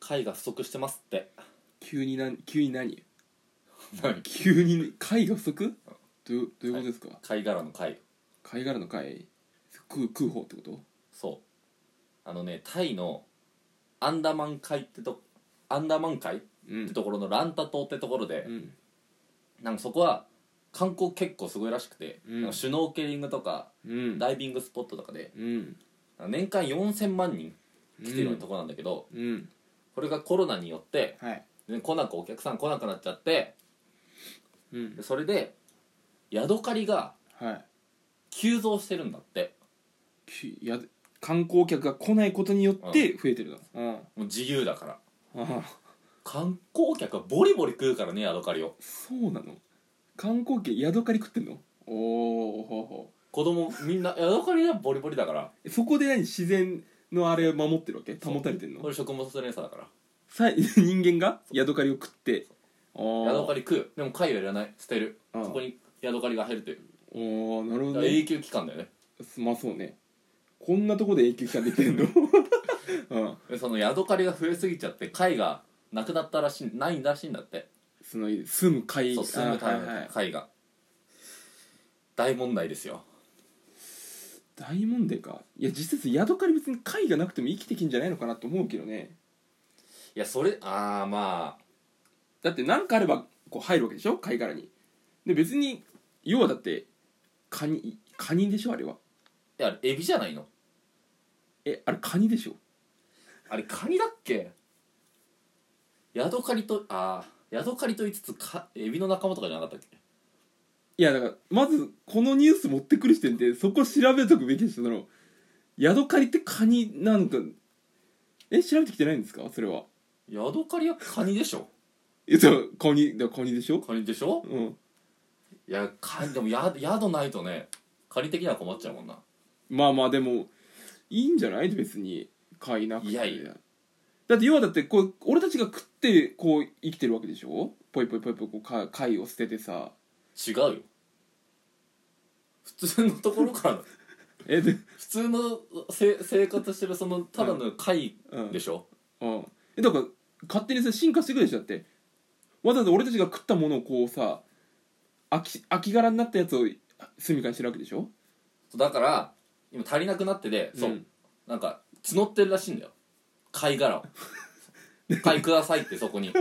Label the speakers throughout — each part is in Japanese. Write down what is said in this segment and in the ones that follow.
Speaker 1: 貝が不足してますって
Speaker 2: 急に何急に何
Speaker 1: 何
Speaker 2: 急に貝が不足どうどういうことですか、
Speaker 1: 貝殻の貝
Speaker 2: 貝殻の貝食う食う方ってこと
Speaker 1: そうあのねタイのアンダマン海ってとアンダマン海っ
Speaker 2: う
Speaker 1: てところのランタ島ってところで、
Speaker 2: うん
Speaker 1: なんかそこは観光結構すごいらしくて、
Speaker 2: うん
Speaker 1: なんかシュノーケリングとか
Speaker 2: うん
Speaker 1: ダイビングスポットとかで
Speaker 2: うん
Speaker 1: 年間4000万人来てるようなところなんだけど、
Speaker 2: うん
Speaker 1: これがコロナによって
Speaker 2: はい
Speaker 1: ね来なくお客さん来なくなっちゃって
Speaker 2: うん
Speaker 1: でそれで宿借りが
Speaker 2: はい
Speaker 1: 急増してるんだって
Speaker 2: きや観光客が来ないことによって増えてるなうん
Speaker 1: もう自由だから
Speaker 2: ああ
Speaker 1: 観光客はボリボリ食うからね宿借りを
Speaker 2: そうなの観光客宿狩り食ってんのおおほうほう
Speaker 1: 子供みんな宿借りはボリボリだから
Speaker 2: えそこで何自然のあれを守ってるわけ保たれてん
Speaker 1: こ
Speaker 2: の
Speaker 1: れ食物連鎖だから
Speaker 2: さ人間が宿狩りを食ってお
Speaker 1: 宿
Speaker 2: ー
Speaker 1: 借り食うでも貝はいらない捨てる
Speaker 2: うん
Speaker 1: そこに宿借りが減るという
Speaker 2: おーなるほ
Speaker 1: だか
Speaker 2: ど
Speaker 1: ら
Speaker 2: ね
Speaker 1: 永久期間だよね
Speaker 2: すまあそうねこんなとこで永久期間できて んのうん
Speaker 1: でその宿借りが増えすぎちゃって貝がなくなったらしいないらしいんだって
Speaker 2: その住む会
Speaker 1: そう住む貝
Speaker 2: あはいはい
Speaker 1: 貝が大問題ですよ
Speaker 2: 大問題かいや実質宿狩り別に会がなくても生きてけんじゃないのかなと思うけどね
Speaker 1: いやそれああまあ
Speaker 2: だって何かあればこう入るわけでしょ貝殻にで別に要はだってカニカニでしょあれはい
Speaker 1: やあれエビじゃないの
Speaker 2: えあれカニでしょ
Speaker 1: あれカニだっけヤドカリとああヤドカリと言いつつかエビの仲間とかじゃなかったっけ
Speaker 2: いやだからまずこのニュース持ってくる時点でそこ調べとくべきでしょそのヤドカリってカニなんかえ調べてきてないんですかそれは
Speaker 1: ヤドカリはカニでしょ
Speaker 2: えそうカニだからカニでしょ
Speaker 1: カニでしょ
Speaker 2: うん
Speaker 1: いやカニでもや宿ないとねカニ的には困っちゃうもんな
Speaker 2: まあまあでもいいんじゃない別に貝なくて
Speaker 1: いやいや
Speaker 2: だって要はだってこう俺たちが食ってこう生きてるわけでしょぽいぽいぽいぽいこうか貝を捨ててさ
Speaker 1: 違うよ普通の ところから
Speaker 2: えで
Speaker 1: 普通のせ生活してるそのただの貝
Speaker 2: うん
Speaker 1: でしょ、
Speaker 2: うんえだから勝手にさ進化していくでしょだってわざわざ俺たちが食ったものをこうさ空き空き殻になったやつを住みかにしてるわけでしょ
Speaker 1: だから今足りなくなっててそう、
Speaker 2: ん
Speaker 1: なんか募ってるらしいんだよ貝 殻を貝くださいってそこに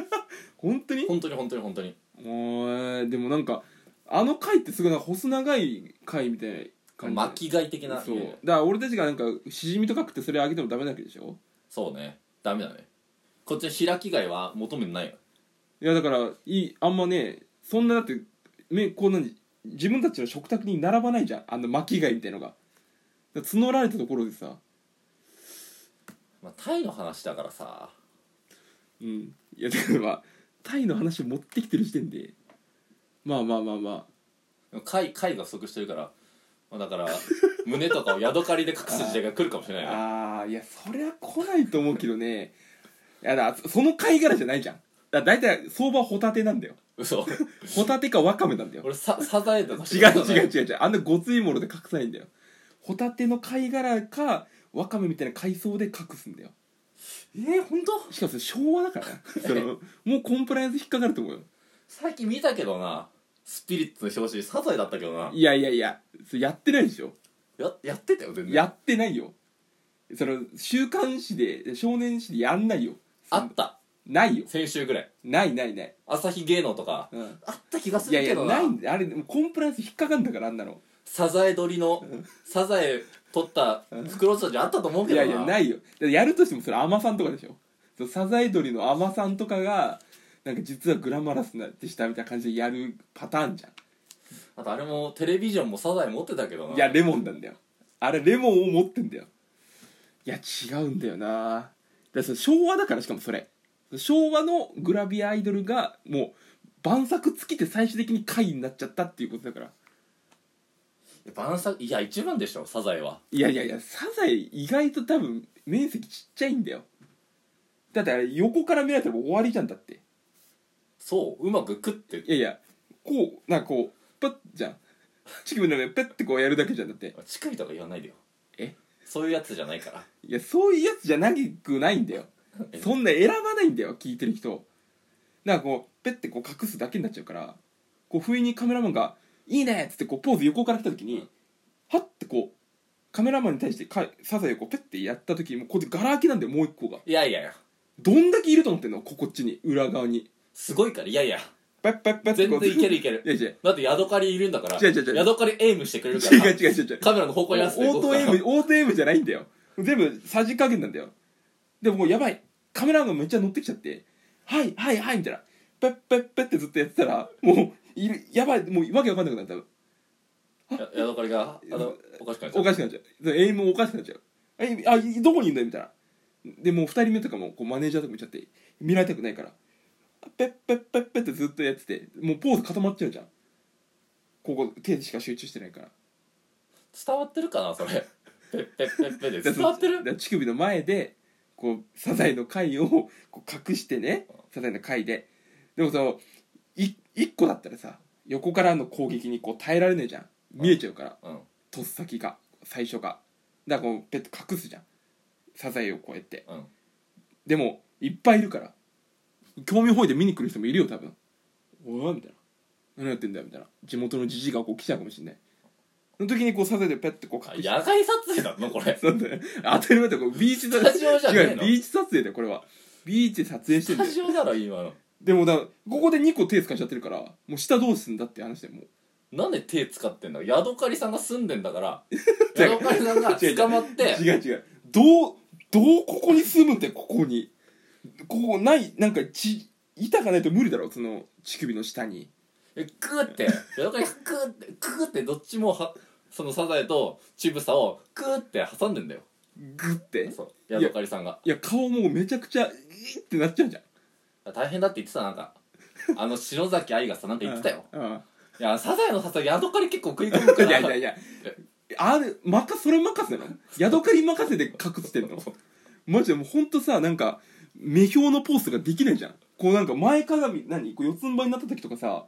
Speaker 2: 本当に
Speaker 1: 本当に本当に本当に
Speaker 2: おーでもなんかあの貝ってすごいなんか細長い貝みたいな感じ
Speaker 1: 巻き貝的な
Speaker 2: そうだから俺たちがなんかシジミとか食ってそれあげてもダメなわけでしょ
Speaker 1: そうねダメだねこっちの開き貝は求めてないよ
Speaker 2: いやだからいいあんまねそんなだってめこう何自分たちの食卓に並ばないじゃんあの巻き貝みたいのがだから募られたところでさ
Speaker 1: まあ、タイの話だからさ
Speaker 2: うんいやだからまあタイの話を持ってきてる時点でまあまあまあま
Speaker 1: 貝貝が不足してるから、まあ、だから 胸とかをヤドカリで隠す時代が来るかもしれないよ
Speaker 2: ああーいやそりゃ来ないと思うけどねいやだからそその貝殻じゃないじゃんだから大体相場ホタテなんだよ
Speaker 1: 嘘
Speaker 2: ホタテかワカメなんだよ
Speaker 1: 俺ササザエとか
Speaker 2: 違う違う違う違うあんなごついもので隠さないんだよホタテの貝殻かワカメみたいな海藻で隠すんだよ
Speaker 1: えー、本当
Speaker 2: しかもそれ昭和だからなそのもうコンプライアンス引っかかると思うよ
Speaker 1: 最近見たけどなスピリッツの表紙サザエだったけどない
Speaker 2: やいやいやそれやってないでしょ
Speaker 1: ややってたよ全然
Speaker 2: やってないよその週刊誌で少年誌でやんないよ
Speaker 1: あった
Speaker 2: ないよ
Speaker 1: 先週ぐらい
Speaker 2: ないないない、
Speaker 1: 朝日芸能とか
Speaker 2: うん、
Speaker 1: あった気がす
Speaker 2: いや
Speaker 1: るけ
Speaker 2: いや
Speaker 1: ど
Speaker 2: ないんだあれコンプライアンス引っかかるんだからあんなの
Speaker 1: サザエ撮りのサザエ取った袋とじゃあったと思う
Speaker 2: い
Speaker 1: けど
Speaker 2: や
Speaker 1: ない
Speaker 2: やないよだってやるとしてもそれ海女さんとかでしょそうサザエドリの海女さんとかがなんか実はグラマラスなでしたみたいな感じでやるパターンじゃ
Speaker 1: あとあれもテレビジョンもサザエ持ってたけどなん
Speaker 2: いやレモンなんだよあれレモンを持ってんだよいや違うんだよなだからその昭和だからしかもそれ昭和のグラビアアイドルがもう晩作尽きて最終的に会になっちゃったっていうことだから
Speaker 1: 晩作いや一番でしょサザエはい
Speaker 2: やいやいやサザエ意外と多分面積ちっちゃいんだよだってあれ横から見られたら終わりじゃんだって
Speaker 1: そううまく食って
Speaker 2: いやいやこうなんかこうパッじゃん乳首の上ペッてこうやるだけじゃんだって
Speaker 1: 乳首とか言わないでよ
Speaker 2: え
Speaker 1: そういうやつじゃないから
Speaker 2: いやそういうやつじゃなくないんだよそんな選ばないんだよ聞いてる人なんかこうペッてこう隠すだけになっちゃうからこう不意にカメラマンが「いいね!」っつってこうポーズ横から来た時に、
Speaker 1: うん
Speaker 2: はってこうカメラマンに対してかサザエをこうペッてやった時にもうこうやってガラ空きなんだよもう一個が
Speaker 1: いやいやいや
Speaker 2: どんだけいると思ってんのここっちに裏側に
Speaker 1: すごいからいやいや
Speaker 2: パッパッパッって
Speaker 1: 全
Speaker 2: こう
Speaker 1: 然いけるいける
Speaker 2: いやいや
Speaker 1: だってヤドカリいるんだから
Speaker 2: 違う違う違う
Speaker 1: ヤドカリエイムしてくれるから
Speaker 2: 違う違う違う違う
Speaker 1: カメラの方向に合わせて
Speaker 2: オートエイムオートエイムじゃないんだよ全部さじ加減なんだよでももうやばいカメラマンめっちゃ乗ってきちゃって「はいはいはい」みたいなペッペッペッってずっとやってたらもういるやばいもうわけわかんなくなった
Speaker 1: やヤドカリがあのおかしくなっちゃ
Speaker 2: お
Speaker 1: う
Speaker 2: かしくなっちゃうエイムもおかしくなっちゃうえあいどこにいるんだよみたいなでもう2人目とかもこうマネージャーとか見ちゃって見られたくないからペッペッペッペッってずっとやっててもうポーズ固まっちゃうじゃんここ手しか集中してないから
Speaker 1: 伝わってるかなそれペッペッペッペッで伝わって
Speaker 2: だか
Speaker 1: る
Speaker 2: ら乳首の前でこうサザエの貝をこう隠してねサザエの貝ででもそのい一個だったらさ横からの攻撃にこう耐えられねえじゃん見えちゃうから
Speaker 1: うん
Speaker 2: とっさきが最初がだからこうペット隠すじゃんサザエをこうやって
Speaker 1: うん
Speaker 2: でもいっぱいいるから興味本位で見に来る人もいるよ多分おいみたいな何やってんだよみたいな地元のじじいがこう来ちゃうかもしんないその時にこうサザエでペッてこう
Speaker 1: あ
Speaker 2: 隠して
Speaker 1: 野外撮影なのこれ
Speaker 2: そうだよ当たり前だよこれビーチ撮
Speaker 1: スタジオじゃねえ
Speaker 2: 違う
Speaker 1: の
Speaker 2: ビーチ撮影だよこれはビーチで撮影して
Speaker 1: ス
Speaker 2: んだ
Speaker 1: タ
Speaker 2: よ
Speaker 1: ジオだろ今の
Speaker 2: でもだここで2個手使っちゃってるからもう下どうすんだって話でもう
Speaker 1: なんで手使ってんだヤドカリさんが住んでんだからヤドカリさんが捕まって
Speaker 2: 違う違うどうどうここに住むんだよここにここないなんかち板がないと無理だろその乳首の下に
Speaker 1: えクーってヤドカリがクーってクーってどっちもはそのサザエとチブサをクーって挟んでんだよ
Speaker 2: グッて
Speaker 1: そうヤドカリさんが
Speaker 2: いや顔もうめちゃくちゃイーってなっちゃうじゃん
Speaker 1: 大変だって言ってたなんかあの篠崎愛がさなんか言ってたよ
Speaker 2: うんうん
Speaker 1: いやサザエのさヤドカリ結構食い込む
Speaker 2: い
Speaker 1: から
Speaker 2: やいやいやあれ任せそれ任せなのヤドカリ任せで隠してんのマジでもうほんとさなんか目標のポーズができないじゃんこうなんか前かがみ何こう四つん這いになった時とかさ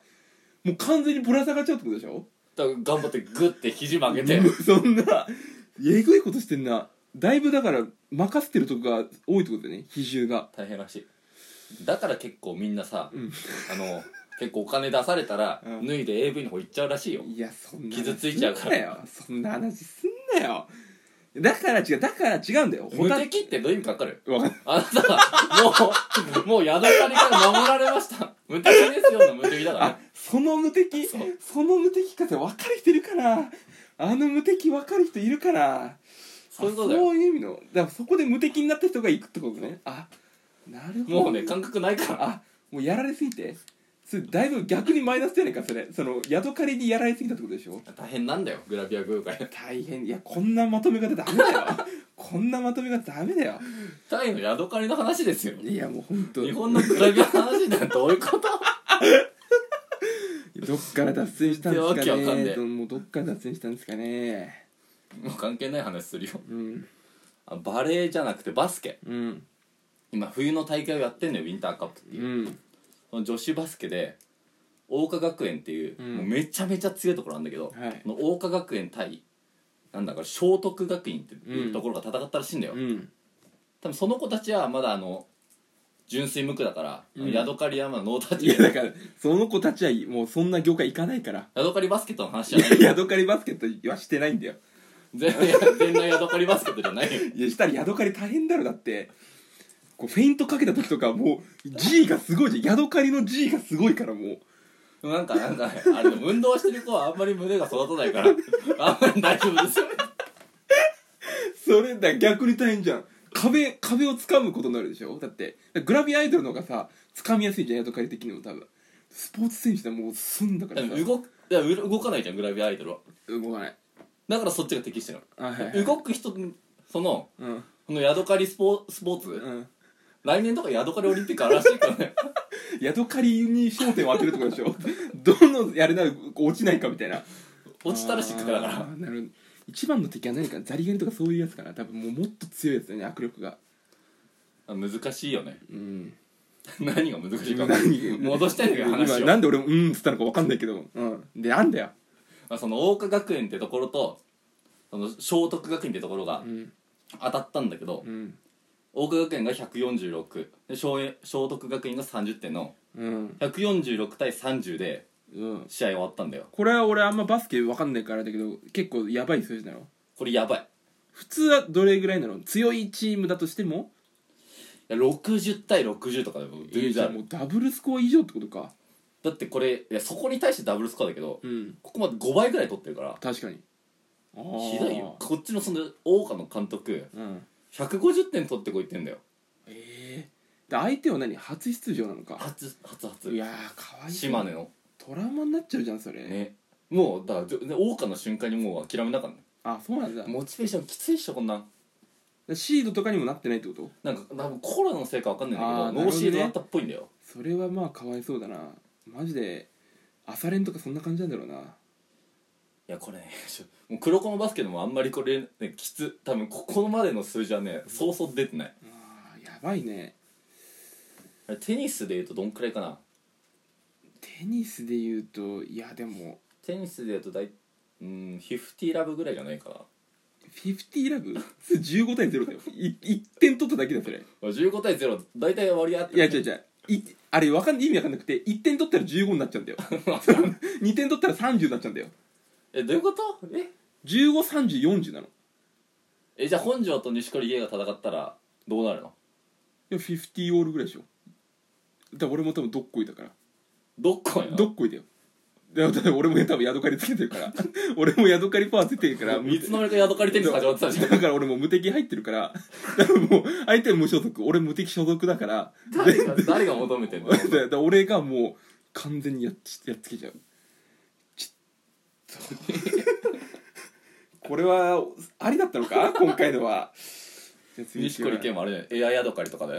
Speaker 2: もう完全にぶら下がっちゃうってことでしょ
Speaker 1: だから頑張ってグッて肘曲げて
Speaker 2: もうそんなえぐいことしてんなだいぶだから任せてるとこが多いってことだよね比重が
Speaker 1: 大変らしいだから結構みんなさ、
Speaker 2: うん
Speaker 1: あの結構お金出されたら、
Speaker 2: うん
Speaker 1: 脱いで AV の方行っちゃうらしいよ
Speaker 2: いやそんな話
Speaker 1: 傷ついちゃうから
Speaker 2: すんなよそんな話すんなよだから違うだから違うんだよ
Speaker 1: 無敵ってどういう意味かわかる
Speaker 2: わかんない
Speaker 1: あなたはもうもう宿狩りから守られました無敵ですよの無敵だから、
Speaker 2: あ
Speaker 1: ね、
Speaker 2: その無敵そ
Speaker 1: そう
Speaker 2: の無敵かって分かる人いるかなあの無敵分かる人いるかな
Speaker 1: そういうこと
Speaker 2: あ
Speaker 1: だよ
Speaker 2: そういう意味のだからそこで無敵になった人が行くってことねあなるほど
Speaker 1: もうね感覚ないから
Speaker 2: あもうやられすぎてそれだいぶ逆にマイナスじゃないかそれその宿狩りにやられすぎたってことでしょ
Speaker 1: 大変なんだよグラビア業界
Speaker 2: 大変いやこんなまとめ方ダメだよ こんなまとめ方ダメだよ
Speaker 1: タイの宿狩りの話ですよ
Speaker 2: いやもう本当
Speaker 1: 日本のグラビアの話なんてどういうこと
Speaker 2: どっから脱線したんですか
Speaker 1: 全然わけわかんね
Speaker 2: ね
Speaker 1: え
Speaker 2: もうどっから脱線したんですかね
Speaker 1: もう関係ない話するよ
Speaker 2: うん
Speaker 1: あバレーじゃなくてバスケ
Speaker 2: うん
Speaker 1: 今冬の大会をやってんのよウィンターカップっていう、
Speaker 2: うん
Speaker 1: その女子バスケで桜花学園っていう,、
Speaker 2: うん
Speaker 1: もうめちゃめちゃ強いところなんだけど、
Speaker 2: はい
Speaker 1: その桜花学園対なんだか聖徳学院っていうところが戦ったらしいんだよ、
Speaker 2: うん
Speaker 1: 多分その子たちはまだあの純粋無垢だから、
Speaker 2: うん
Speaker 1: ヤドカリはまだノータッ
Speaker 2: い
Speaker 1: チ
Speaker 2: やだ
Speaker 1: で
Speaker 2: からその子たちはもうそんな業界行かないから
Speaker 1: ヤドカリバスケットの話じゃない
Speaker 2: ヤドカリバスケットはしてないんだよ
Speaker 1: 全然全然ヤドカリバスケットじゃないよ
Speaker 2: いやしたらヤドカリ大変だろだってこうフェイントかけた時とかもう G がすごいじゃんヤドカリの G がすごいからもう
Speaker 1: なんかなんかあれでも運動してる子はあんまり胸が育たないからあんまり大丈夫ですよ
Speaker 2: それだ逆に大変じゃん壁壁を掴むことになるでしょだってグラビアアイドルの方がさ掴みやすいじゃんヤドカリ的にも多分スポーツ選手でもうすんだから
Speaker 1: で
Speaker 2: さ
Speaker 1: も動くいやう動かないじゃんグラビアアイドルは
Speaker 2: 動かない
Speaker 1: だからそっちが適してる
Speaker 2: あはいはい
Speaker 1: の動く人その
Speaker 2: うん
Speaker 1: このヤドカリスポスポーツ、
Speaker 2: うん
Speaker 1: 来年とかヤドカリオリンピックあるらしいからね
Speaker 2: ヤドカリに焦点を当てるとこで しょどのやれなら落ちないかみたいな
Speaker 1: 落ちたらしくだか
Speaker 2: あ
Speaker 1: ら
Speaker 2: ーなるほど一番の敵は何かザリガニとかそういうやつかな多分もうもっと強いやつだよね握力が
Speaker 1: 難しいよね
Speaker 2: うん
Speaker 1: 何が難しいか
Speaker 2: 何
Speaker 1: 戻してんだけど
Speaker 2: 今
Speaker 1: 話を、
Speaker 2: な
Speaker 1: ま
Speaker 2: んで俺もうんっつったのか分かんないけどうんでなんだよ
Speaker 1: あ、その桜花学園ってところとその聖徳学院ってところが
Speaker 2: うん
Speaker 1: 当たったんだけど、
Speaker 2: うん
Speaker 1: 桜花学園が146で松江聖徳学院が30点の
Speaker 2: うん
Speaker 1: 146対30で
Speaker 2: うん
Speaker 1: 試合終わったんだよ
Speaker 2: これは俺あんまバスケわかんないからだけど結構やばい数字なの
Speaker 1: これやばいい
Speaker 2: 普通はどれぐらいなの強いチームだとしても
Speaker 1: や60対60とかでも全然あ
Speaker 2: も
Speaker 1: る
Speaker 2: うダブルスコア以上ってことか
Speaker 1: だってこれいやそこに対してダブルスコアだけど
Speaker 2: うん
Speaker 1: ここまで5倍ぐらい取ってるから
Speaker 2: 確かにああ
Speaker 1: ひどいよこっちのその桜花の監督
Speaker 2: うん
Speaker 1: 150点取ってこいってんだよ
Speaker 2: ええで相手は何初出場なのか
Speaker 1: 初初
Speaker 2: い
Speaker 1: 初
Speaker 2: やーかわいい
Speaker 1: 島根の
Speaker 2: トラウマになっちゃうじゃんそれ、
Speaker 1: ねもうだからじょね桜花の瞬間にもう諦めなかったね
Speaker 2: あそうなんだ
Speaker 1: モチベーションきついっしょこんなん
Speaker 2: シードとかにもなってないってこと
Speaker 1: なんか多分コロナのせいか分かんないんだけ
Speaker 2: あ
Speaker 1: ど
Speaker 2: ーなるほどね
Speaker 1: 脳シードだったっぽいんだよ
Speaker 2: それはまあかわいそうだなマジで朝練とかそんな感じなんだろうない
Speaker 1: やこれねちょもう黒子のバスケでもあんまりこれ、ね、きつ多分ここまでの数字はねそうそう出てない
Speaker 2: あーやばいね
Speaker 1: あれテニスでいうとどんくらいかな
Speaker 2: テニスで言うといやでも
Speaker 1: テニスでいうと大うん50ラブぐらいじゃないかな
Speaker 2: 50ラブ15対0だよ い1点取っただけだよそれ
Speaker 1: まあ15対0大体割り合って
Speaker 2: いや違う違ういあれわかん意味わかんなくて1点取ったら15になっちゃうん だよ2点取ったら30になっちゃうんだよ
Speaker 1: えどういうことえ
Speaker 2: 153040なのい
Speaker 1: えじゃあ本庄と錦織家が戦ったらどうなるの
Speaker 2: や50オールぐらいでしょだから俺も多分どっこいだから
Speaker 1: どっこいな
Speaker 2: どっこいだよだからだから俺も多分ヤドカリつけてるから 俺もヤドカリパワーついてるから
Speaker 1: 三つの目が宿かりテニス始まってたじゃん
Speaker 2: だから俺もう無敵入ってるからだからもう相手は無所属俺無敵所属だから
Speaker 1: 誰が誰が求めてんの
Speaker 2: だから俺がもう完全にやっつやっつけちゃうちょっ とこれはありだったのか今回のはじゃあ次行き
Speaker 1: 錦
Speaker 2: ま
Speaker 1: 織家もあれだよエアヤドカリとかだよ